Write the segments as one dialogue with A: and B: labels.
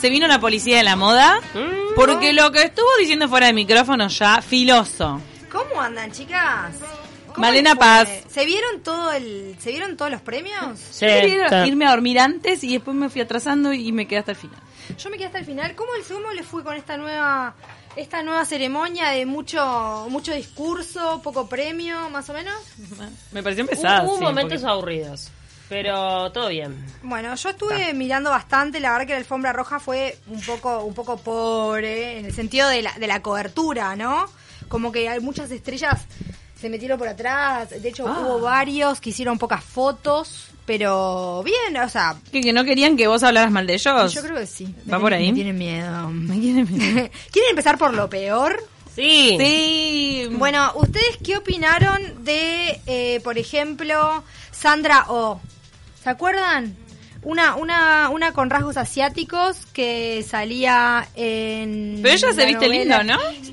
A: se vino la policía de la moda porque lo que estuvo diciendo fuera de micrófono ya, filoso.
B: ¿Cómo andan, chicas? ¿Cómo
A: Malena
B: les fue?
A: Paz.
B: ¿Se vieron todo el se vieron todos los premios?
C: Sí,
A: Yo quería
C: está-
A: irme a dormir antes y después me fui atrasando y me quedé hasta el final.
B: Yo me quedé hasta el final. ¿Cómo el sumo le fue con esta nueva esta nueva ceremonia de mucho mucho discurso, poco premio, más o menos?
A: Me pareció pesado.
C: hubo
A: sí,
C: momentos
A: porque-
C: aburridos, pero todo bien.
B: Bueno, yo estuve
A: Ah.
B: mirando bastante, la verdad que la alfombra roja fue un poco, un poco pobre, en el sentido de la, de la cobertura, ¿no? Como que hay muchas estrellas se metieron por atrás, de hecho
A: Ah.
B: hubo varios que hicieron pocas fotos, pero bien, o sea,
A: Que, que no querían que vos hablaras mal de ellos.
B: yo creo que sí.
A: ¿Va por ahí?
B: Me tienen miedo.
A: Me quieren-
B: ¿Quieren empezar por lo peor?
C: Sí.
A: Sí.
B: Bueno, ¿ustedes qué opinaron de, eh, por ejemplo, Sandra O? ¿Se acuerdan? Una, una, una con rasgos asiáticos que salía en.
A: Pero ella se
B: la
A: viste lindo,
B: novela.
A: ¿no?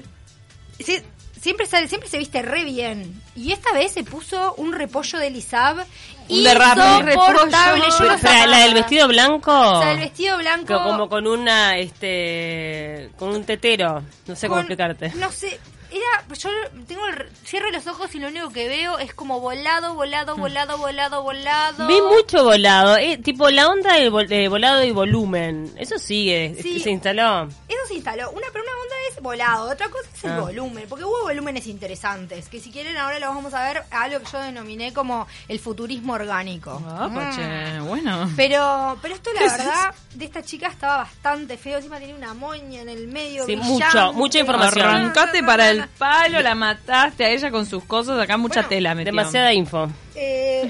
B: Sí, siempre, sale, siempre se viste re bien. Y esta vez se puso un repollo de Lizab.
A: Un derrame.
B: Insoportable. Yo no
C: Pero, espera, la
B: sabía.
C: del vestido blanco.
B: O sea, el vestido blanco.
C: Co- Como con una, este, con un tetero. No sé cómo
B: con-
C: explicarte.
B: No sé. Era, yo tengo el- cierro los ojos y lo único que veo es como volado, volado, volado, volado, volado.
C: Mm. Vi mucho volado, eh, tipo la onda del vol- de volado y volumen. Eso sigue,
B: Sí.
C: se instaló.
B: Eso se instaló. Una, pero una onda es volado, otra cosa es el
C: Ah.
B: volumen, porque hubo volúmenes interesantes, que si quieren ahora lo vamos a ver a algo que yo denominé como el futurismo orgánico.
C: Ah,
A: Opa,
C: pues,
B: Mm.
A: che, Ah, bueno.
B: Pero, pero esto la
A: ¿Qué es
B: verdad, de esta chica estaba bastante feo, encima tenía una moña en el medio.
C: Sí,
B: brillante.
C: mucho, mucha información.
A: Arrancaste para el palo, la mataste a ella con sus cosas, acá mucha
B: Bueno,
A: tela metió.
C: Demasiada info.
B: Eh,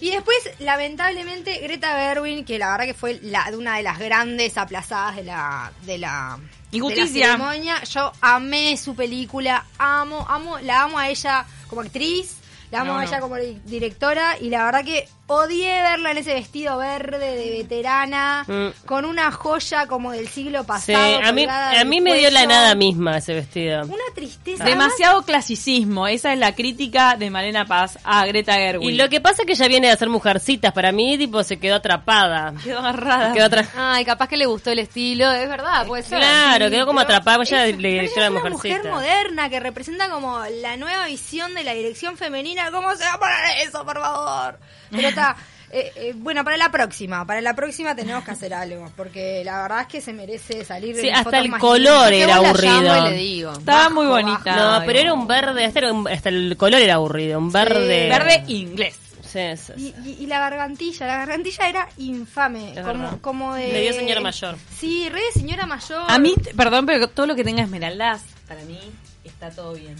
B: y después, lamentablemente, Greta Berwin, que la verdad que fue la, de una de las grandes aplazadas de la, de la, de
A: Injusticia.
B: la ceremonia. Yo amé su película, amo, amo, la amo a ella como actriz, la amo
A: No,
B: a
A: no.
B: ella como di- directora, y la verdad que odié verla en ese vestido verde de veterana,
C: Mm.
B: con una joya como del siglo
C: Sí,
B: pasado.
C: a mí,
B: colgada
C: a
B: del
C: mí me dio la
B: cuello.
C: nada misma ese vestido.
B: Una tristeza.
A: Demasiado clasicismo, esa es la crítica de Malena Paz a Greta Gerwig.
C: Y lo que pasa es que ella viene de hacer mujercitas. Para mí, tipo, se quedó atrapada.
A: quedó agarrada.
C: Quedó atra-
D: Ay, capaz que le gustó el estilo, es verdad, puede ser.
C: Claro, quedó como
B: Pero
C: atrapada. Ella
B: es-
C: le
B: pero
C: dio la
B: es una mujer
C: mujercita.
B: moderna que representa como la nueva visión de la dirección femenina. ¿Cómo se va a poner eso, por favor? Pero está. eh, eh, bueno, para la próxima, para la próxima tenemos que hacer algo, porque la verdad es que se merece salir
C: Sí,
B: en
C: hasta
B: fotos
C: el
B: más
C: color
B: lindas.
C: era
D: Yo la
C: aburrido.
D: llamo y le digo.
A: Estaba muy bonita.
C: No, pero era un verde. Hasta, era un- hasta el color era aburrido. Un verde.
B: Eh.
A: verde inglés.
C: Sí, sí, sí.
B: Y, y- y la gargantilla, la gargantilla era infame,
C: Es verdad.
B: como, como de...
C: Le dio señora mayor.
B: Sí, re de señora mayor.
A: A mí, t- perdón, pero todo lo que tenga esmeraldas, para mí está todo bien.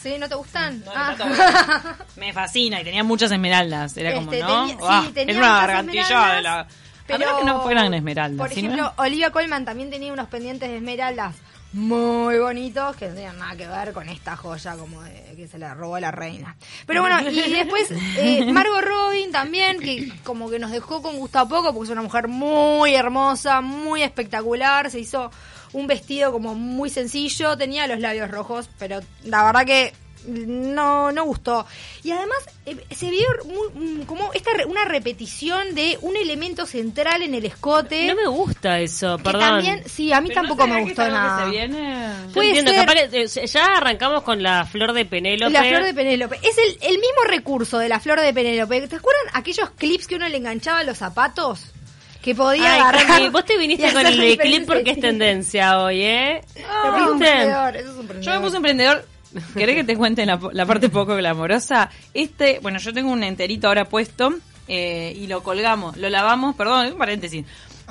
B: Sí, ¿no te gustan?
A: No,
B: Ah.
A: está todo bien. Me fascina y tenía muchas esmeraldas. Era como,
B: Este,
A: ¿no?
B: tenía- sí,
A: Ah,
B: tenía
A: era una
B: muchas
A: gargantilla
B: esmeraldas,
A: de la.
B: pero-
A: A menos que no fueran esmeraldas.
B: Por
A: si no-
B: ejemplo, Olivia Colman también tenía unos pendientes de esmeraldas muy bonitos que no tenían nada que ver con esta joya como de que se la robó la reina. Pero bueno, y después eh, Margot Robin también, que como que nos dejó con gusto a poco porque es una mujer muy hermosa, muy espectacular, se hizo un vestido como muy sencillo, tenía los labios rojos, pero la verdad que no no gustó y además eh, se vio muy- como esta re- una repetición de un elemento central en el escote
C: No me gusta eso,
B: que
C: perdón.
B: también, sí, a mí
A: Pero no
B: tampoco
A: será
B: me
A: que
B: gustó
A: es algo que
B: nada.
A: se viene?
C: Yo
B: Puede
C: entiendo,
B: ser.
C: capaz que, eh, ya arrancamos con la flor de Penélope.
B: La flor de Penélope. Es el, el mismo recurso de la flor de Penélope. ¿Te acuerdan aquellos clips que uno le enganchaba a los zapatos? Que podía
C: Ay,
B: agarrar.
C: Cami, vos te
B: y
C: viniste con
B: hacer
C: el de clip
B: diferentes- Ah,
C: porque es tendencia hoy, ¿eh?
B: Pero es un
C: ¿Viste?
B: prendedor, eso es un
A: Yo me
B: prendedor.
A: puse emprendedor. ¿Querés que te cuente la, la parte poco glamorosa? Este, bueno, yo tengo un enterito ahora puesto eh, y lo colgamos, lo lavamos, perdón, un paréntesis.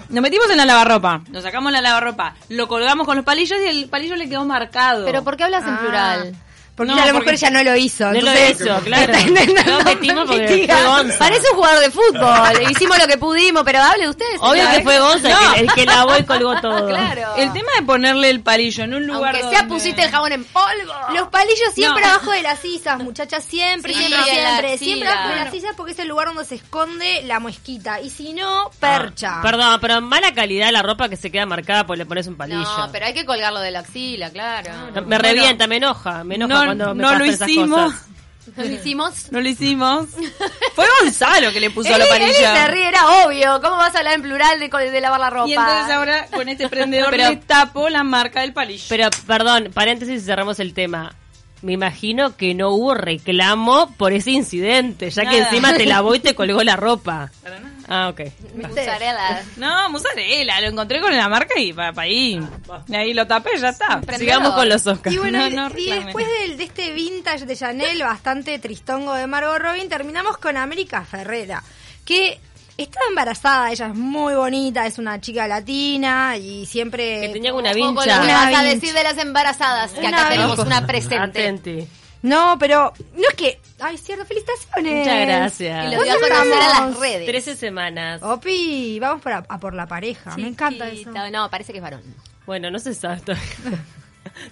A: Lo metimos en la lavarropa, lo sacamos la lavarropa, lo colgamos con los palillos y el palillo le quedó marcado.
D: Pero ¿por qué hablas en
B: Ah.
D: plural?
B: Porque
A: No,
B: a lo mejor
A: porque-
B: ya no lo hizo.
C: No lo
B: entonces-
C: hizo, claro.
B: entendiendo
C: No
B: el
C: metimos porque
B: nombre,
C: fue
B: tía.
C: Gonza.
D: Parece un jugador de fútbol, hicimos lo que pudimos, pero hable ustedes. ¿eh?
C: Obvio
D: señor.
C: que fue Gonza el, que, el que lavó y colgó todo.
D: Claro.
A: El tema de ponerle el palillo en un lugar
D: Aunque sea
A: donde-
D: pusiste el jabón en polvo.
B: Los palillos siempre
A: No.
B: abajo de las sisas, muchachas, siempre,
D: Sí,
B: siempre,
D: no.
B: siempre.
D: la
B: Siempre
D: axila.
B: abajo de las sisas porque es el lugar donde se esconde la mosquita. Y si no, percha.
C: Ah, Perdón, pero mala calidad la ropa que se queda marcada porque le pones un palillo.
D: No, pero hay que colgarlo de la axila, claro.
C: No, Me revienta, me enoja, me enoja
A: no,
C: cuando me
A: no
C: pasan
A: lo
C: esas
A: hicimos.
C: cosas.
D: No lo hicimos.
A: No lo hicimos. Fue Gonzalo que le puso la
D: Él- él se
A: parilla.
D: ríe, era obvio. ¿Cómo vas a hablar en plural de, co- de lavar la ropa?
A: y entonces ahora con este prendedor
C: Pero-
A: le tapo la marca del palillo.
C: Pero, perdón, paréntesis y cerramos el tema. Me imagino que no hubo reclamo por ese incidente, ya que
A: Nada.
C: encima te lavó y te colgó la ropa.
A: Para nada.
C: Ah, ok.
D: Mozzarella.
A: No, mozzarella, lo encontré con la marca y para ahí. Y ahí lo tapé, ya está.
D: Prendedor.
C: Sigamos con los Oscars.
B: Y bueno,
A: No,
B: y-
A: no
B: y
A: reclamen.
B: después del- de, este vintage de Chanel bastante tristongo de Margot Robin, terminamos con América Ferrera, que está embarazada, ella es muy bonita, es una chica latina y siempre...
C: Que tenía una
D: Ojo con lo
C: vincha.
D: que
B: Una
D: vas a
B: vincha.
D: decir de las embarazadas, que
B: Una
D: acá tenemos
B: vincha.
D: una presente.
C: Ah, Atenti.
B: No, pero no es que... Ay, cierto, felicitaciones.
C: Muchas gracias.
D: Y lo
B: ¿Vos
D: voy a conocer a las
B: estamos?
D: redes.
C: 13 semanas.
B: Opi, vamos por a, a por la pareja, Ah, me encanta
D: Sí,
B: eso.
D: No, parece que es varón.
C: Bueno, no se sabe todavía.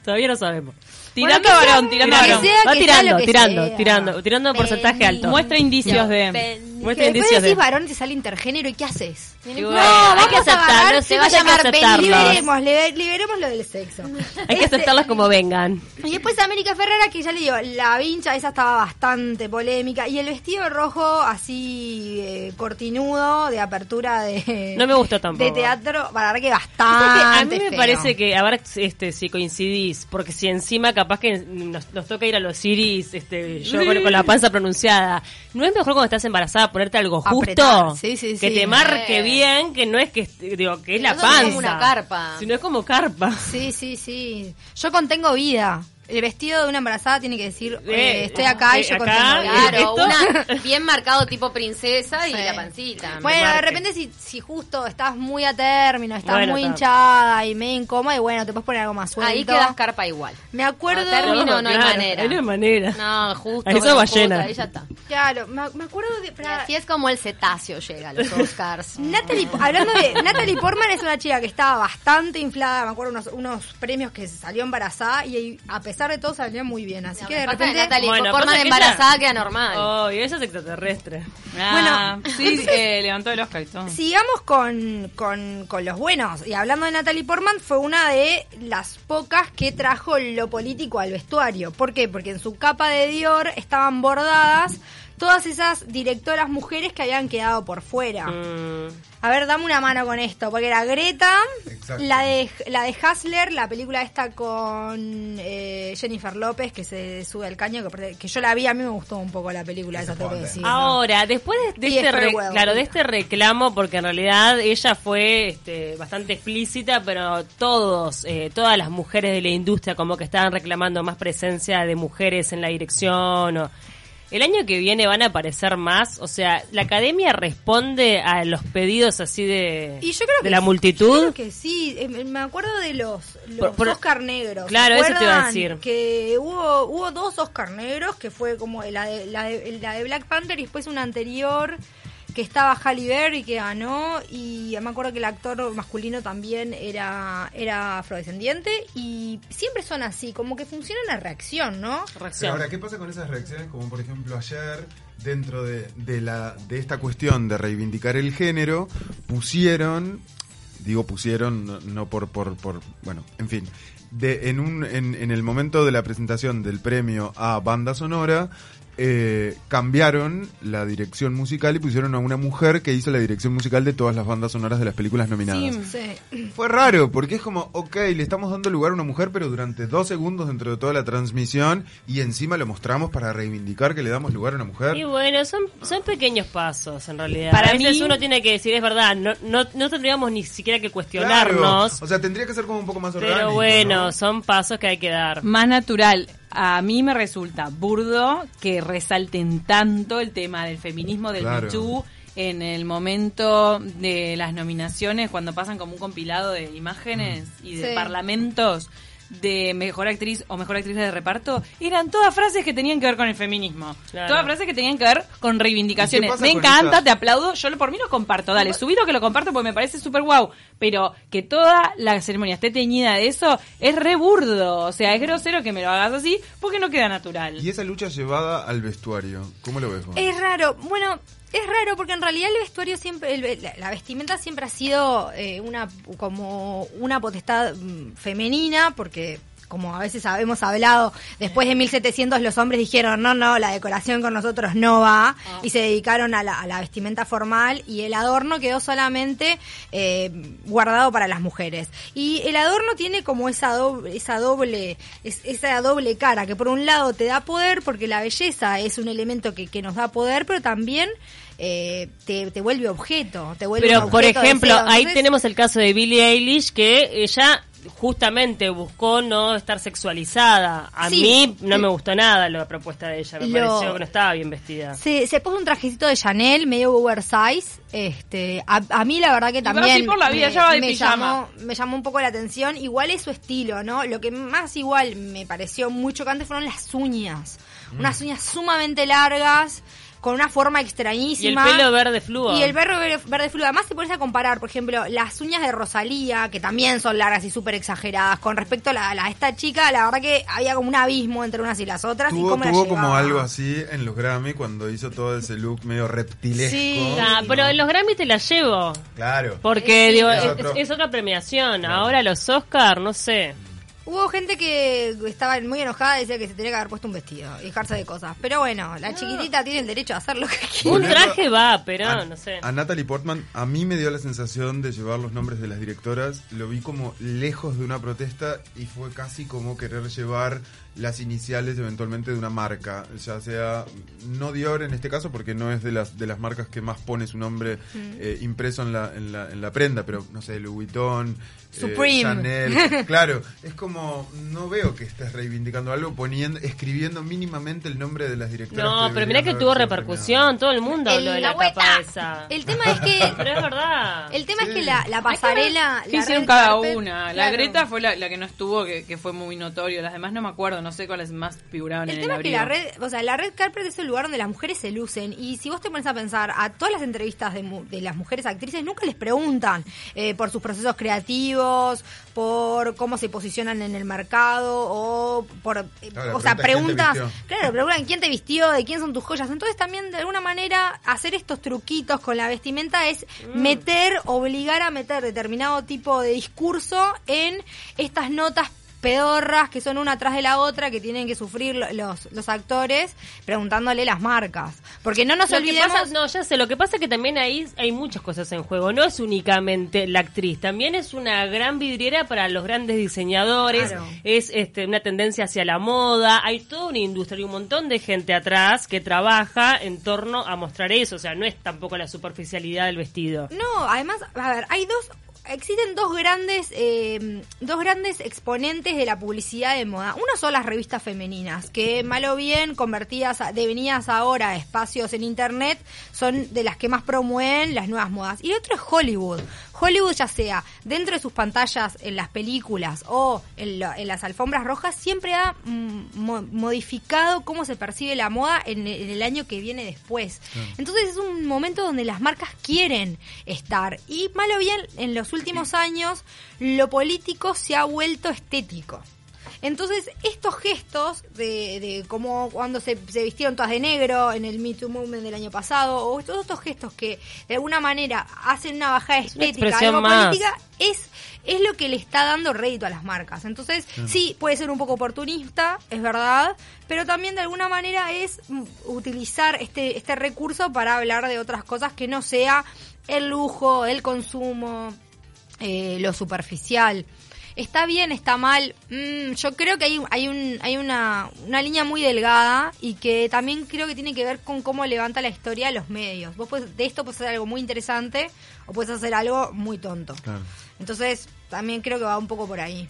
C: Todavía no sabemos.
A: Tirando
B: que sea-
A: varón, tirando
B: que
A: varón.
B: sea,
C: Va
B: que
C: tirando,
B: sea lo que
C: tirando,
B: sea.
C: tirando, tirando un porcentaje alto.
A: Muestra indicios de.
D: Ven.
B: Que
C: Muestra
B: después
C: indicios
B: decís
C: de.
B: varón y te sale intergénero y ¿qué haces?
C: Y
D: No,
C: bueno, hay que
D: vamos a
C: aceptarlos,
D: agarrar,
C: se
D: se
C: va
D: va a llamar
C: que aceptarlos.
B: Liberemos, libe- liberemos lo del sexo. Este,
C: Hay que aceptarlos como vengan.
B: Y después América Ferrara, que ya le digo, la vincha esa estaba bastante polémica. Y el vestido rojo, así eh, cortinudo, de apertura de.
C: No me gustó tampoco.
B: De teatro, para ver que
C: Aparte,
B: bastante.
C: Ah, a mí me
B: feo.
C: parece que, a ver este, si coincidís, porque si encima capaz que nos, nos toca ir a los iris, este, yo con, con la panza pronunciada, ¿no es mejor cuando estás embarazada ponerte algo justo?
B: Apretar, sí, sí,
C: que
B: sí.
C: te marque
D: Eh.
C: bien, que no es que, este, digo, que es
D: Que
C: la
D: no sea
C: panza.
D: como una carpa.
C: Sino es como carpa.
B: Sí, sí, sí. Yo contengo vida. El vestido de una embarazada tiene que decir,
C: Eh,
B: eh, estoy acá
C: eh,
B: y yo
C: acá,
B: contengo vida.
D: Claro,
C: ¿Esto?
D: una bien marcado tipo princesa y
B: Sí.
D: la pancita.
B: Bueno,
C: marque.
B: de repente si, si justo estás muy a término, estás
C: Bueno,
B: muy
C: está.
B: hinchada y medio incómoda, y bueno, te puedes poner algo más suelto.
D: Ahí quedas carpa igual.
B: Me acuerdo...
D: A término no, hay
C: Claro,
D: manera.
C: ahí no hay manera.
D: No, justo.
C: Ahí sos
D: bueno,
C: ballena.
D: justo, Ahí ya está.
B: Claro, me, me acuerdo de...
D: Y
B: para-
D: así es como el cetáceo llega a los Oscars.
B: Natalie, hablando de Natalie Portman es una chica que estaba bastante inflada, me acuerdo unos, unos premios que se salió embarazada y a pesar de todo salió muy bien, así
D: No,
B: que
D: me
B: de
D: pasa
B: repente
D: de Natalie
C: Bueno,
D: Portman
C: pasa que
D: embarazada
C: ella-
D: queda normal.
C: Oh, y ella es extraterrestre.
A: bueno, sí, eh, levantó el Oscar y todo.
B: sigamos con, con, con los buenos y hablando de Natalie Portman fue una de las pocas que trajo lo político al vestuario, ¿por qué? Porque en su capa de Dior estaban bordadas todas esas directoras mujeres que habían quedado por fuera.
C: Mm.
B: A ver, dame una mano con esto, porque era Greta,
E: Exacto.
B: la de, la de Hustler, la película esta con eh, Jennifer López, que se sube al caño, que, aparte- que yo la vi, a mí me gustó un poco la película,
E: Esa
B: esa tengo que
E: fue
B: decir. ¿no?
C: Ahora, después de, de
B: Y
C: este
B: después
C: re-
B: el huevo.
C: claro, de este reclamo, porque en realidad ella fue este, bastante explícita, pero todos, eh, todas las mujeres de la industria como que estaban reclamando más presencia de mujeres en la dirección. O, el año que viene van a aparecer más, o sea, la academia responde a los pedidos así de,
B: Y yo creo
C: de
B: que
C: la
B: sí,
C: multitud.
B: yo creo que sí, eh, me me acuerdo de los, los
C: Por- por-
B: Oscar negros.
C: Claro,
B: ¿se
C: eso te iba a
B: acuerdan?
C: decir.
B: Que hubo, hubo dos Oscar negros, que fue como la de, la, de, la de Black Panther y después una anterior que estaba Halle Berry que ganó y me acuerdo que el actor masculino también era, era afrodescendiente y siempre son así, como que funciona una reacción, ¿no?
E: Pero
C: Reacción.
E: ahora, ¿qué pasa con esas reacciones? Como por ejemplo ayer, dentro de, de la, de esta cuestión de reivindicar el género, pusieron, digo pusieron, no, no por, por, por, bueno, en fin, de, en, un, en, en el momento de la presentación del premio a banda sonora, eh, cambiaron la dirección musical y pusieron a una mujer que hizo la dirección musical de todas las bandas sonoras de las películas nominadas. Fue raro, porque es como, ok, le estamos dando lugar a una mujer, pero durante dos segundos dentro de toda la transmisión y encima lo mostramos para reivindicar que le damos lugar a una mujer.
C: Y bueno, son, son pequeños pasos en realidad.
A: Para
C: a veces
A: mí-
C: uno tiene que decir, es verdad, no, no, no tendríamos ni siquiera que
E: Claro.
C: cuestionarnos.
E: O sea, tendría que ser como un poco más orgánico.
C: Pero bueno,
E: ¿no?
C: son pasos que hay que dar.
A: Más natural. A mí me resulta burdo que resalten tanto el tema del feminismo, del
E: Claro.
A: Me Too, en el momento de las nominaciones, cuando pasan como un compilado de imágenes
E: Mm.
A: y de
B: Sí.
A: parlamentos de mejor actriz o mejor actriz de reparto, eran todas frases que tenían que ver con el feminismo.
C: Claro.
A: Todas frases que tenían que ver con
E: ¿Y qué
A: reivindicaciones.
E: pasa
A: Me
E: con
A: encanta,
E: esas?
A: te aplaudo, yo lo- por mí lo comparto. Dale, subido que lo comparto porque me parece súper guau. Pero que toda la ceremonia esté teñida de eso es re burdo. O sea, es grosero que me lo hagas así porque no queda natural.
E: Y esa lucha llevada al vestuario, ¿cómo lo ves vos?
B: Es raro. Bueno, es raro porque en realidad el vestuario siempre, el- la, la vestimenta siempre ha sido eh, una como una potestad mm, femenina porque como a veces habemos hablado, después de 1700 los hombres dijeron, no, no, la decoración con nosotros no va, y se dedicaron a la, a la vestimenta formal y el adorno quedó solamente eh, guardado para las mujeres. Y el adorno tiene como esa doble, esa doble, es- esa doble cara, que por un lado te da poder, porque la belleza es un elemento que, que nos da poder, pero también... eh, te, te vuelve objeto, te vuelve
C: Pero,
B: un
C: por
B: objeto de
C: ejemplo,
B: deseo.
C: ahí
B: Entonces-
C: tenemos el caso de Billie Eilish, que ella justamente buscó no estar sexualizada. A
B: Sí.
C: mí no me gustó nada la propuesta de ella, me
B: Lo-
C: pareció que no estaba bien vestida.
B: Se, se puso un trajecito de Chanel, medio oversize. Este, a, a mí la verdad que
A: va
B: también
A: así por la vida,
B: me,
A: ya va de
B: me
A: pijama.
B: llamó, me llamó un poco la atención. Igual es su estilo, ¿no? Lo que más igual me pareció muy chocante fueron las uñas.
E: Mm.
B: Unas uñas sumamente largas, con una forma
C: Y el
B: extrañísima.
C: pelo verde fluo.
B: Y el perro verde, verde fluido. Además, se pones a comparar, por ejemplo, las uñas de Rosalía, que también son largas y súper exageradas, con respecto a la, la- esta chica, la verdad que había como un abismo entre unas y las otras. y
E: Tuvo,
B: cómo la
E: tuvo como
B: llevaba.
E: algo así en los Grammy cuando hizo todo ese look medio reptilesco.
A: Sí,
C: Ah,
E: Oh, ¿no?
C: pero en los Grammy te la llevo.
E: Claro.
C: Porque digo,
E: Es
C: es,
E: otro.
C: es otra premiación. Ahora los Oscar, no sé.
B: Hubo gente que estaba muy enojada y decía que se tenía que haber puesto un vestido y dejarse de cosas. Pero bueno, la chiquitita tiene el derecho a hacer lo que quiera.
C: Un
E: Volviendo
C: traje va, pero
E: a,
C: no sé.
E: a Natalie Portman, a mí me dio la sensación de llevar los nombres de las directoras. Lo vi como lejos de una protesta y fue casi como querer llevar las iniciales eventualmente de una marca. Ya sea, no Dior en este caso, porque no es de las, de las marcas que más pone su nombre
C: Mm.
E: eh, impreso en la, en, la, en la prenda, pero no sé, Louis Vuitton, eh,
B: Supreme.
E: Chanel. Claro, es como, no veo que estés reivindicando algo poniendo, escribiendo mínimamente el nombre de las directoras.
C: No, pero mirá que
E: deberían
C: tuvo
E: haber sido premiadas.
C: repercusión. Todo el mundo habló de
B: la
C: la
B: vuelta.
C: tapa esa.
B: El tema es que
C: Pero es verdad.
B: el tema es
E: Sí.
B: que la, la pasarela
A: ¿Qué
B: la
A: hicieron
B: red
A: cada
B: carpet-
A: una? La
B: claro.
A: Greta fue la, la que no estuvo, que, que fue muy notorio. Las demás no me acuerdo, no sé cuáles más figuraban
B: El
A: en el
B: tema es que la
A: abrigo.
B: red, o sea, la red carpet es el lugar donde las mujeres se lucen y si vos te pones a pensar a todas las entrevistas de, mu- de las mujeres actrices nunca les preguntan eh, por sus procesos creativos, por cómo se posicionan en el mercado o por, eh,
E: Claro,
B: o sea, preguntas,
E: pregunta quién te vistió.
B: claro, preguntan quién te vistió, de quién son tus joyas. Entonces también de alguna manera hacer estos truquitos con la vestimenta es
C: Mm.
B: meter, obligar a meter determinado tipo de discurso en estas notas pedorras que son una atrás de la otra que tienen que sufrir lo- los, los actores preguntándole las marcas. Porque no nos
C: Lo que
B: olvidemos...
C: pasa- no, ya sé, lo que pasa es que también ahí hay muchas cosas en juego. No es únicamente la actriz, también es una gran vidriera para los grandes diseñadores,
B: Claro.
C: es este, una tendencia hacia la moda, hay toda una industria y un montón de gente atrás que trabaja en torno a mostrar eso. O sea, no es tampoco la superficialidad del vestido.
B: No, además, a ver, hay dos. Existen dos grandes, eh, dos grandes exponentes de la publicidad de moda. Uno son las revistas femeninas, que mal o bien convertidas, a- devenidas ahora a espacios en internet, son de las que más promueven las nuevas modas. Y el otro es Hollywood. Hollywood, ya sea dentro de sus pantallas, en las películas o en, lo- en las alfombras rojas, siempre ha mm, mo- modificado cómo se percibe la moda en, e- en el año que viene después. Entonces es un momento donde las marcas quieren estar. Y mal o bien, en los últimos años, lo político se ha vuelto estético. Entonces, estos gestos de, de como cuando se, se vistieron todas de negro en el Me Too Movement del año pasado, o todos estos gestos que de alguna manera hacen una bajada
C: una
B: estética,
C: expresión
B: algo
C: más.
B: política, es, es lo que le está dando rédito a las marcas. Entonces, sí, puede ser un poco oportunista, es verdad, pero también de alguna manera es mm, utilizar este, este recurso para hablar de otras cosas que no sea el lujo, el consumo, eh, lo superficial. ¿Está bien? ¿Está mal? Mm, yo creo que hay, hay, un, hay una, una línea muy delgada y que también creo que tiene que ver con cómo levanta la historia a los medios. Vos podés- de esto puedes hacer algo muy interesante o puedes hacer algo muy tonto.
E: Claro.
B: Entonces, también creo que va un poco por ahí.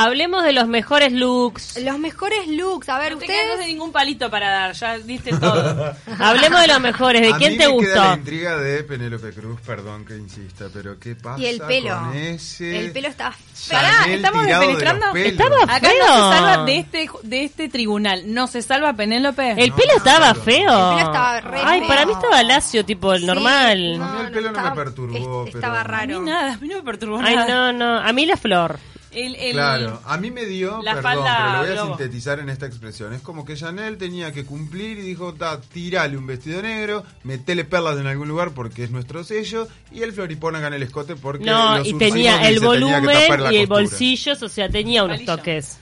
C: Hablemos de los mejores looks.
B: Los mejores looks, a ver,
A: No te quedas de
B: ustedes.
A: ningún palito para dar, ya diste todo.
C: Hablemos de los mejores. ¿De
E: A
C: quién
E: mí
C: te
E: me
C: gustó?
E: Queda la intriga de Penélope Cruz, perdón que insista, pero ¿qué pasa?
B: Y el pelo.
E: Con ese
B: El pelo está
E: Chanel
A: Pará, estamos
E: tirado de
A: despenetrando.
E: los pelos?
B: Ah,
C: Estaba-
A: Acá
C: Feo.
A: no se salva de este, de este tribunal. ¿No se salva Penélope?
C: El
E: No,
C: pelo
E: no,
C: estaba
E: no.
C: feo.
B: El pelo estaba re
C: Ay,
B: feo.
C: para mí estaba lacio, tipo el
B: Sí,
C: normal.
E: A mí el pelo no me perturbó,
B: es- Estaba
E: pero-
A: A mí
B: raro.
A: nada, a mí no me perturbó
C: Ay,
A: nada.
C: no, no. A mí la flor.
A: El, el-
E: Claro, a mí me dio,
A: La
E: perdón,
A: falda
E: pero lo voy a
A: globo.
E: sintetizar en esta expresión. Es como que Chanel tenía que cumplir y dijo, "Ta, tirale un vestido negro, metele perlas en algún lugar porque es nuestro sello, y el floripón acá en el escote porque
C: No,
E: los
C: y
E: surcidos
C: tenía
E: ni
C: el
E: se tenía que
C: volumen
E: tapar la
C: y el
E: costura.
C: bolsillos, o sea, tenía unos
A: Palillo.
C: toques.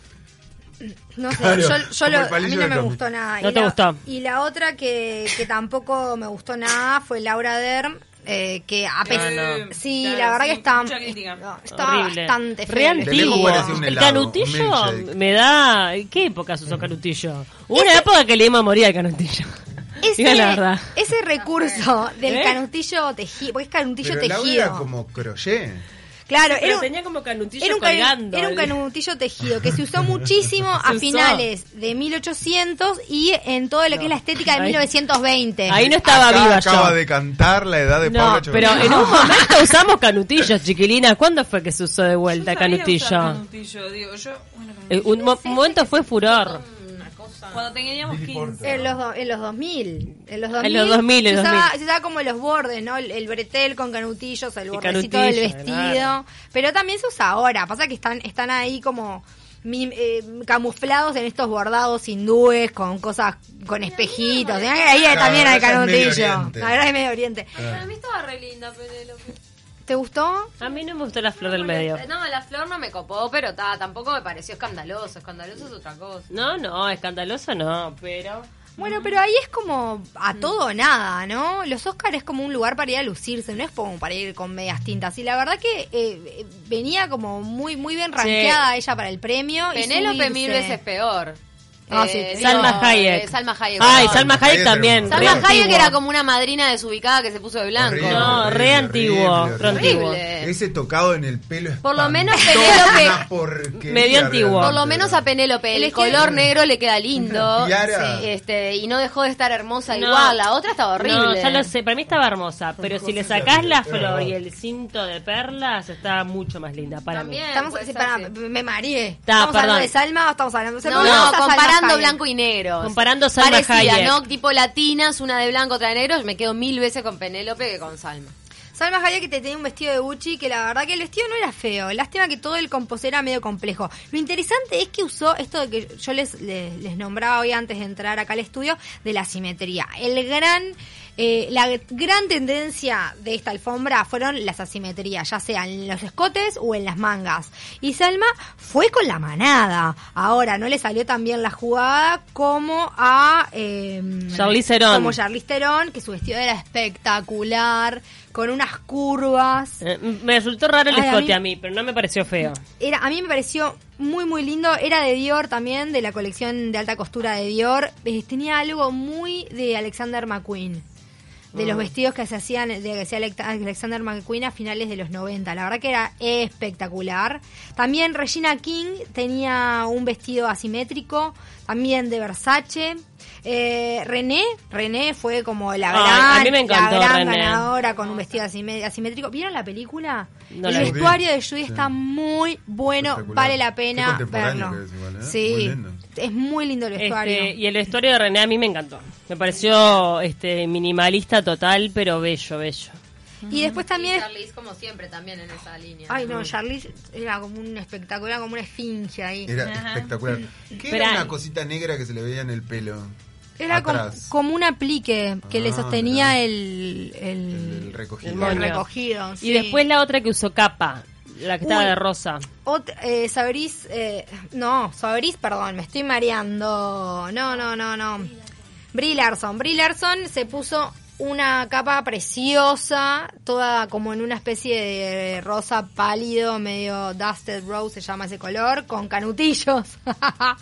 B: No sé,
E: Claro,
B: yo, yo
E: como
B: lo-
E: el
B: a
E: palillo
B: mí no
E: de
B: me
E: Tommy.
B: gustó nada.
C: No
B: y
C: te
B: la,
C: gustó.
B: Y la otra que, que tampoco me gustó nada fue Laura Derm, eh, que a pesar...
A: no.
B: Sí,
A: Claro,
B: la verdad
A: sí,
B: que está,
A: mucha crítica.
B: no, está
C: Horrible. Re
B: bastante fea.
E: De lejos
C: antiguo.
E: parece un
C: El
E: helado, un
C: canutillo
E: milkshake.
C: me da. ¿Qué época se usó canutillo? Hubo
B: Este-
C: una época que le dimos a morir al canutillo.
B: Ese,
C: Diga la verdad.
B: ese recurso del
C: ¿Eh?
B: canutillo tejido, porque es canutillo
E: Pero Laura
B: tejido.
E: era como crochet.
B: Claro,
C: Pero
B: era un,
C: tenía como canutillo
B: era un, canu-
C: colgando.
B: era un canutillo tejido que se usó muchísimo
C: Se
B: a
C: usó.
B: finales de 1800 y en todo lo que es la estética de
C: Ahí-
B: 1920.
C: Ahí no estaba
E: Acá
C: viva
E: acaba
C: yo.
E: de cantar la edad de
C: No,
E: Paula
C: pero
E: Echeverría.
C: en un momento usamos canutillos, chiquilinas. ¿Cuándo fue que se usó de vuelta
A: Yo sabía
C: canutillo?
A: usar canutillo, digo, yo, bueno,
C: Eh, un mo- momento fue furor.
A: cuando teníamos
E: Billy
A: 15.
E: Porter.
B: En los, do- en los 2000. En los 2000.
C: En los 2000, en
B: se,
C: los
B: usaba,
C: 2000.
B: se usaba como los bordes, ¿no? El, el bretel con canutillos, el
C: Y
B: bordecito del
C: canutillo,
B: vestido.
C: claro.
B: Pero también se usa ahora. Pasa que están, están ahí como mim- eh, camuflados en estos bordados hindúes con cosas, con espejitos. Ahí
E: Claro,
B: también hay
E: esa es Medio
B: canutillo.
E: Oriente.
B: Ahora es Medio Oriente.
D: Para mí estaba re linda, Penélope.
B: ¿Te gustó?
C: A mí no me gustó la flor del medio.
D: No, la flor no me copó, pero ta, tampoco me pareció escandaloso. Escandaloso es otra cosa.
C: No, no, escandaloso no, pero...
B: Bueno, pero ahí es como a
D: Mm.
B: todo o nada, ¿no? Los Oscar es como un lugar para ir a lucirse, no es como para ir con medias tintas. Y la verdad que eh, eh, venía como muy muy bien rankeada ella para el premio. y
D: Penélope
B: subirse.
D: mil veces peor.
B: Ah, sí,
D: digo,
C: Salma Hayek.
D: eh, Salma Hayek.
C: Ay, Salma
D: perdón.
E: Salma Hayek
C: Hayek también.
E: era
D: Salma
E: Re
D: Hayek
C: antiguo.
D: era como una madrina desubicada que se puso de blanco.
E: Horrible,
C: No,
E: horrible,
C: re antiguo,
E: horrible,
C: re
E: horrible.
C: antiguo.
D: Horrible.
E: Ese tocado en el pelo es
D: Por lo menos Penélope-
E: Medio
C: Medio antiguo.
D: Por lo menos a Penélope,
B: Es
D: el
B: que-
D: color negro le queda lindo.
E: Tiara.
D: Sí, este, y no dejó de estar hermosa
C: No.
D: igual. La otra estaba horrible.
C: No, ya lo sé, para mí estaba hermosa, pero si le
E: cosas
C: sacás la
E: horribles,
C: flor
E: pero-
C: y el cinto de perlas, está mucho más linda para mí.
D: También.
B: Estamos,
D: puede
B: sí,
D: ser,
B: pará,
D: sí.
B: me mareé.
C: Ta,
B: ¿Estamos hablando
C: perdón.
B: de Salma o estamos hablando de
D: No,
B: Porque
D: no,
B: está Salma
D: comparando
B: Hayek.
D: blanco y negro.
C: Comparando Salma
D: Parecida,
C: Hayek.
D: ¿no? Tipo latinas, una de blanco, otra de negro. Yo me quedo mil veces con Penélope que con Salma.
B: Salma Hayek que te tenía un vestido de Gucci que la verdad que el vestido no era feo. Lástima que todo el composé era medio complejo. Lo interesante es que usó esto de que yo les, les, les nombraba hoy antes de entrar acá al estudio de la simetría. El gran eh, la gran tendencia de esta alfombra fueron las asimetrías, ya sea en los escotes o en las mangas. Y Salma fue con la manada. Ahora no le salió tan bien la jugada como a eh,
C: Charlize Theron.
B: como Charlize Theron, que su vestido era espectacular, con unas curvas.
C: Eh, me resultó raro el
B: Ay, a
C: escote
B: mí-
C: a mí, pero no me pareció feo.
B: Era, a mí me pareció muy, muy lindo. Era de Dior también, de la colección de alta costura de Dior. Eh, tenía algo muy de Alexander McQueen. De
C: Mm.
B: los vestidos que se hacían, de que hacía Alec- Alexander McQueen a finales de los 90. La verdad que era espectacular. También Regina King tenía un vestido asimétrico, también de Versace. Eh, René, René fue como la
C: Ay,
B: gran,
C: a mí me encantó
B: la gran
C: René.
B: ganadora con un vestido asime- asimétrico. ¿Vieron la película?
C: No
B: el
C: la vi.
B: vestuario de Judy está muy bueno,
E: Espectacular.
B: vale la
E: Qué
B: pena
E: contemporáneo
B: verlo.
E: que es igual, ¿eh?
B: Sí,
E: Muy lindo.
B: es muy lindo el vestuario.
C: Este, y el vestuario de René a mí me encantó. Me pareció este minimalista total, pero bello, bello.
B: y después también...
D: Charlize, como siempre, también en esa línea.
B: Eh.
D: Mm.
B: Ay, no, Charlize era como un espectacular, como una esfinge ahí.
E: Era espectacular. ¿Qué
C: Pero-
E: era una cosita negra que se le veía en el pelo?
B: Era com-
E: Atrás.
B: como un aplique que le
E: Ah,
B: sostenía
E: mirá.
B: el,
E: El,
B: el,
E: el recogido.
C: El
B: el
C: moño.
B: recogido.
C: Y
B: sí.
C: después la otra que usó capa, la que estaba
B: Uy.
C: de rosa.
B: Ot- eh, Sabrís, eh, no, Sabrís, perdón, me estoy mareando. No, no, no, no. Brie Larson. Brie Larson se puso una capa preciosa, toda como en una especie de rosa pálido, medio dusted rose se llama ese color, con canutillos.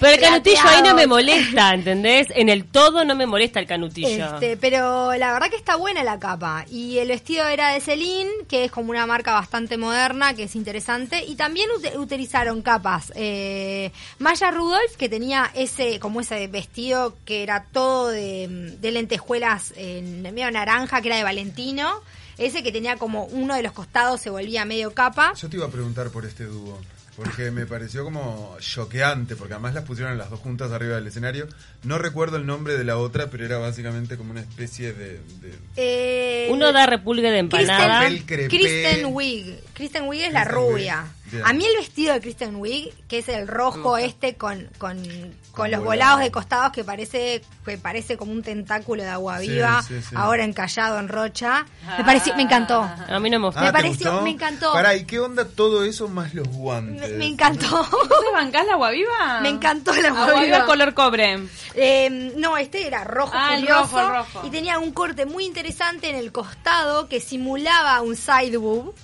C: Pero el canutillo ahí no me
B: Plateados.
C: molesta, ¿entendés? En el todo no me molesta el canutillo.
B: Este, pero la verdad que está buena la capa. Y el vestido era de Celine, que es como una marca bastante moderna, que es interesante. Y también ut- utilizaron capas. Eh, Maya Rudolph, que tenía ese, como ese vestido que era todo de, de lentejuelas en medio naranja, que era de Valentino. Ese que tenía como uno de los costados se volvía medio capa.
E: Yo te iba a preguntar por este dúo, porque me pareció como choqueante, porque además las pusieron las dos juntas arriba del escenario. No recuerdo el nombre de la otra, pero era básicamente como una especie de... de-
B: Eh,
C: Uno da repulgue de empanada.
E: Papel crepé.
B: Kristen Wiig. Kristen Wiig es la
E: Kristen Wiig.
B: rubia.
E: Bien.
B: A mí el vestido de Kristen Wiig, que es el rojo este con, con, con
E: Con
B: los
E: volado.
B: volados de costados que parece que parece como un tentáculo de agua
E: Sí,
B: viva,
E: sí, sí.
B: ahora encallado en rocha, me pareció, me encantó.
C: A mí no me gusta.
B: Me
E: Ah, ¿te
B: pareció-
E: gustó?
B: me encantó.
E: Pará, ¿y qué onda todo eso más los guantes?
B: Me, me encantó.
A: ¿Entonces bancás la agua viva?
B: Me encantó la agua
A: agua viva
B: viva.
A: color cobre.
B: Eh, no, este era rojo
A: Ah, el
B: furioso,
A: rojo, el rojo.
B: y tenía un corte muy interesante en el costado que simulaba un side boob.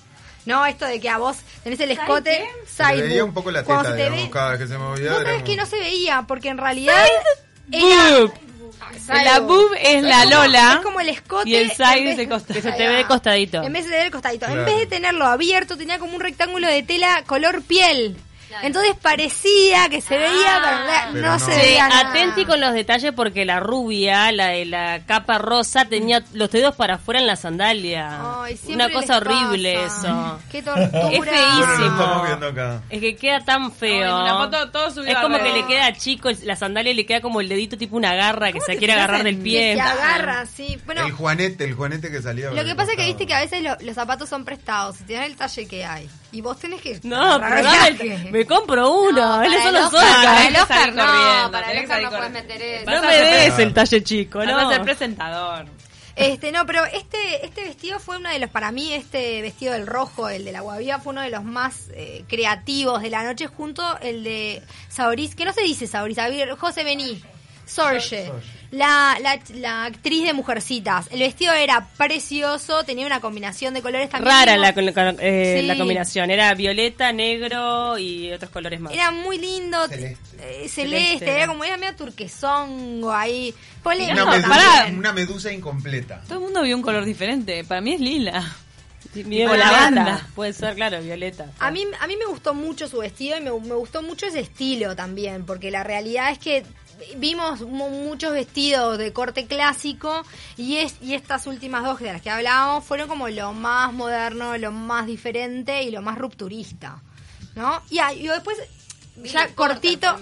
B: No, esto de que a vos tenés el escote
E: Se le
B: side
E: veía
B: boob.
E: un poco la
B: Cuando
E: teta,
B: se te
E: digamos,
B: ve-
E: cada vez que se movía.
B: Vos
E: era
B: sabés
E: como-
B: que no se veía porque en realidad era
A: Boob.
B: side
A: La
B: boob.
A: boob es la Lola.
B: Es como el escote.
A: Y el
B: en
A: side
B: vez-
A: es el costado.
C: Que se te ve de costadito.
B: En vez de tener el costadito. En
E: Claro.
B: vez de tenerlo abierto, tenía como un rectángulo de tela color piel.
D: Claro.
B: Entonces parecía que se veía, pero, en realidad
E: Pero
B: no,
E: no.
B: se
E: Sí,
C: Sí,
B: veía. nada.
C: atenti con los detalles porque la rubia, la de la capa rosa, tenía los dedos para afuera en la sandalia.
B: Ay, siempre
C: Una cosa
B: les pasa.
C: horrible eso.
B: Qué tortura.
C: Es
E: Bueno, lo
C: feísimo.
E: estamos viendo acá.
C: Es que queda tan feo.
A: No, en la foto todo subido
C: es como
A: al
C: que
A: revés.
C: le queda chico el- la sandalia y le queda como el dedito tipo una garra que se
B: ¿Cómo
C: quiere
B: te
C: agarrar
B: hacen
C: del pie.
B: que Se agarra, sí. Bueno,
E: el juanete, el juanete que salía.
B: lo que pasa es que viste que a veces lo- los zapatos son prestados y te dan el talle que hay. Y vos tenés que.
C: No,
B: agarrar
C: pero
B: el
C: dame
B: talle.
C: el- me compro uno.
D: No,
C: Él
D: para
C: solo
D: el Oscar,
C: saca.
D: para el
A: Tenés que
D: Oscar
A: salir corriendo,
D: no, para
A: tenés
D: el
A: que
D: Oscar
A: salir
D: no puedes
A: corriendo.
D: meter eso.
A: Vas
C: No
A: a
C: me
A: ser-
C: des el talle chico,
A: vas
C: no.
A: a ser presentador.
B: Este, no, pero este, este vestido fue uno de los, para mí, este vestido del rojo, el del agua viva, fue uno de los más eh, creativos de la noche, junto el de Saoris, que no se dice Saoris, a ver, José Bení, Sorge, la, la, la actriz de Mujercitas. El vestido era precioso, tenía una combinación de colores también.
C: Rara
B: Era-
C: la, con- con- eh,
B: Sí.
C: la combinación. Era violeta, negro y otros colores más.
B: Era muy lindo, eh, celeste,
E: Celeste.
B: era como era medio turquesongo ahí. Ponle
E: Una
A: No,
E: medusa,
A: pará.
E: una medusa incompleta.
A: Todo el mundo vio un color diferente. Para mí es lila.
C: Sí, bien
A: Con la
C: violeta.
A: banda.
C: Puede ser, claro, violeta.
B: A mí, a mí me gustó mucho su vestido y me, me gustó mucho ese estilo también, porque la realidad es que vimos mu- muchos vestidos de corte clásico y, es, y estas últimas dos de las que hablábamos fueron como lo más moderno, lo más diferente y lo más rupturista, ¿no? Y, a- y después, ya cortito...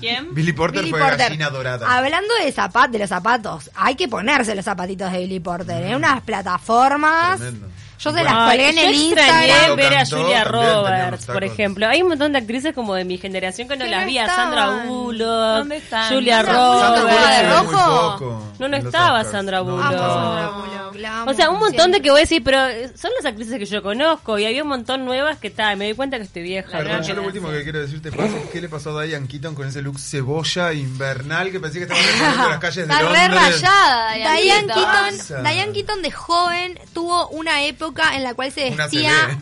A: ¿Quién?
E: Billy Porter
B: Billy
E: fue
B: Porter.
E: gallina dorada.
B: Hablando de zapat, de los zapatos, hay que ponerse los zapatitos de Billy Porter, ¿eh? Unas plataformas.
E: Tremendo.
B: Yo se
E: Bueno.
B: las colgué en
C: yo
B: el
C: extrañé
B: Instagram.
E: Cuando
C: ver a
E: cantó,
C: Julia
E: también tenía unos
C: Roberts, por
E: tacos.
C: ejemplo. Hay un montón de actrices como de mi generación que no
B: Que
C: las
B: no
C: vi. A
B: estaban.
C: Sandra Bullock,
A: ¿Dónde están?
C: Julia
B: Sandra Bullock
C: Roberts.
B: estaba de rojo.
C: No, no estaba Sandra Bullock.
B: Amo a Sandra
C: No.
B: Bullock, la amo
C: O sea, un montón de
B: siempre.
C: que voy a decir, pero eh, son las actrices que yo conozco y había un montón nuevas que tal, me di cuenta que estoy vieja.
E: Perdón, yo
C: ¿no?
E: lo último que quiero decirte pasa es qué le pasó a Diane Keaton con ese look cebolla invernal que parecía que estaba recorriendo las calles de
D: Está re
E: Londres.
D: rayada, eh,
B: Diane
E: Pasa.
B: Keaton, Diane Keaton de joven tuvo una época en la cual se
E: Una
B: vestía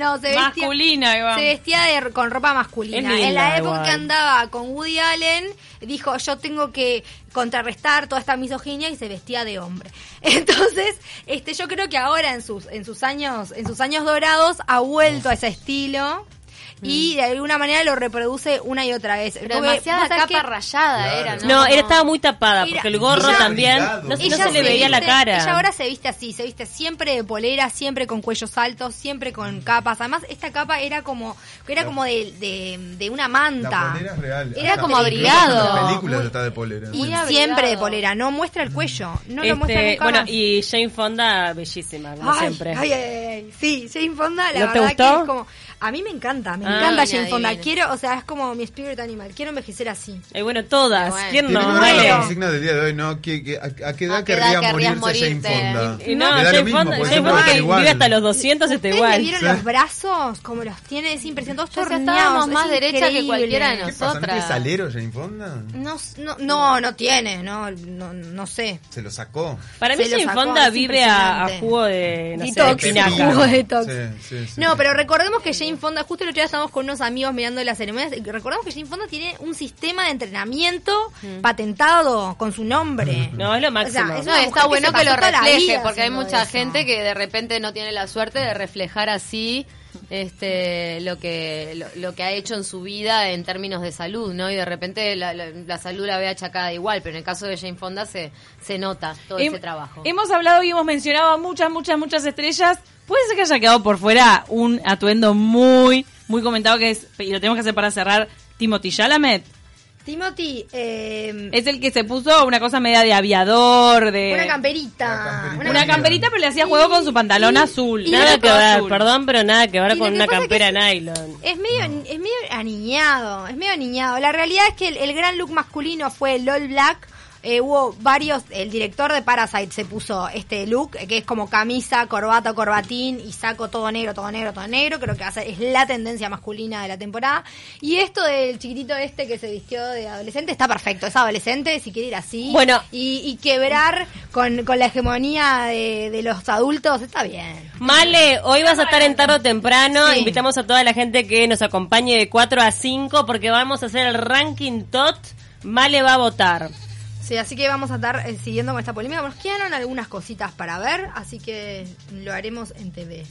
B: no, se vestía
A: Masculina, Iván.
B: se vestía de- con ropa masculina.
C: Es linda,
B: en la época
C: igual.
B: que andaba con Woody Allen, dijo, yo tengo que contrarrestar toda esta misoginia y se vestía de hombre. Entonces, este yo creo que ahora en sus en sus años en sus años dorados ha vuelto a ese estilo. Y de alguna manera lo reproduce una y otra vez.
D: Pero
B: Porque,
D: demasiada
B: vos sabés
D: capa
B: que-
D: rayada
E: Claro.
D: era, ¿no?
C: No,
D: Como-
C: era, estaba muy tapada
B: Mira,
C: porque el gorro
E: ella-
C: también no,
E: Cuidado.
C: no
E: Ella
C: se le
E: se
C: veía la
B: viste-
C: cara.
B: Ella ahora se viste así, se viste siempre de polera, siempre con cuellos altos, siempre con capas. Además, esta capa era como era como de, de- de una
E: La
B: manta.
E: polera es real.
B: Era
E: Hasta-
B: como
E: incluso hasta en
D: abrigado.
E: las películas está de polera.
B: Y
D: Muy abrigado.
B: siempre de polera, no muestra el cuello, no lo muestra
C: Este,
B: nunca
C: bueno,
B: más.
C: y Jane Fonda, bellísima, como
B: Ay,
C: siempre.
B: ay, ay, ay. Sí, Jane Fonda, la
C: ¿No te
B: verdad que
C: gustó?
B: es como. A mí me encanta, me
C: Ah,
B: encanta
D: divina,
B: Jane Fonda.
D: divina.
B: Quiero, o sea, es como mi spirit animal. Quiero envejecer así.
C: Ay, Eh, bueno, todas.
D: Bueno.
C: ¿Quién
E: Tiene
C: no?
E: que ver con
C: Vale.
E: la consigna del día de hoy, ¿no? ¿Qué- qué- a, a qué edad
D: ¿A qué edad
E: querría
D: querrías
E: morirse Jane
D: morirte?
E: Fonda?
C: Y
E: Me
C: no,
E: da lo
C: Jane
E: mismo,
C: Fonda,
E: porque
C: Jane
E: siempre
C: Fonda
E: está
C: que
E: igual.
C: vive hasta los 200 está
B: ¿Ustedes le
C: igual.
B: vieron los brazos? Como los tiene, es impresionante. Todos
D: Ya estábamos
B: torneados, es
D: más derecha que
B: increíble.
D: cualquiera de
E: ¿Qué
D: nosotros.
E: pasa? ¿No
D: Nosotras.
E: tiene salero Jane Fonda?
B: No, no, no, no tiene, no, no, no sé.
E: Se lo sacó.
C: Para mí
B: Se lo
C: Jane
B: sacó,
C: Fonda
B: es
C: vive a, a
B: impresionante.
C: jugo de, no sé,
B: Detox.
C: de espinaca.
B: Jugo detox.
E: Sí, sí, sí.
B: No, pero recordemos que Jane Fonda, justo el otro día estábamos con unos amigos mirando las ceremonias, y recordemos que Jane Fonda tiene un sistema de entrenamiento patentado con su nombre.
C: No, es lo máximo.
B: O sea, es
D: No,
B: una
D: está
B: mujer que
D: bueno
B: se
D: que lo
B: pasó toda la
D: refleje,
B: vida
D: porque hay
B: haciendo
D: mucha
B: eso.
D: gente que de repente no tiene la suerte de reflejar así este lo que lo, lo que ha hecho en su vida en términos de salud, ¿no? Y de repente la, la- la salud la ve achacada igual, pero en el caso de Jane Fonda se, se nota todo
B: Em,
A: Hem-
D: ese trabajo.
A: Hemos hablado y hemos mencionado a muchas, muchas, muchas estrellas. Puede ser que haya quedado por fuera un atuendo muy, muy comentado que es, y lo tenemos que hacer para cerrar, Timothy Chalamet.
B: Timothy, eh,
A: Es el que se puso una cosa media de aviador, de...
B: una camperita.
E: Una
A: Eh, Una camperita, pero le hacía juego con su pantalón azul.
C: Nada que
A: Todo
C: ver,
A: azul.
C: perdón, pero nada que
B: Y
C: ver
B: lo
C: con
B: que
C: una
B: pasa es que
C: campera
B: es-
C: nylon.
B: Es medio, es medio aniñado, es medio aniñado. La realidad es que el, el gran look masculino fue el All Black. Eh, hubo varios, el director de Parasite se puso este look, eh, que es como camisa, corbata, corbatín y saco todo negro, todo negro, todo negro. Creo que va a ser- es la tendencia masculina de la temporada. Y esto del chiquitito este que se vistió de adolescente está perfecto. Es adolescente, si quiere ir así.
C: Bueno.
B: Y, y quebrar con, con la hegemonía de, de los adultos está bien.
C: Male, hoy vas a estar en tarde o temprano.
B: Sí.
C: Invitamos a toda la gente que nos acompañe de 4 a 5 porque vamos a hacer el ranking tot. Male va a votar.
B: Sí, así que vamos a estar eh, siguiendo con esta polémica. Nos quedaron algunas cositas para ver, así que lo haremos en TV.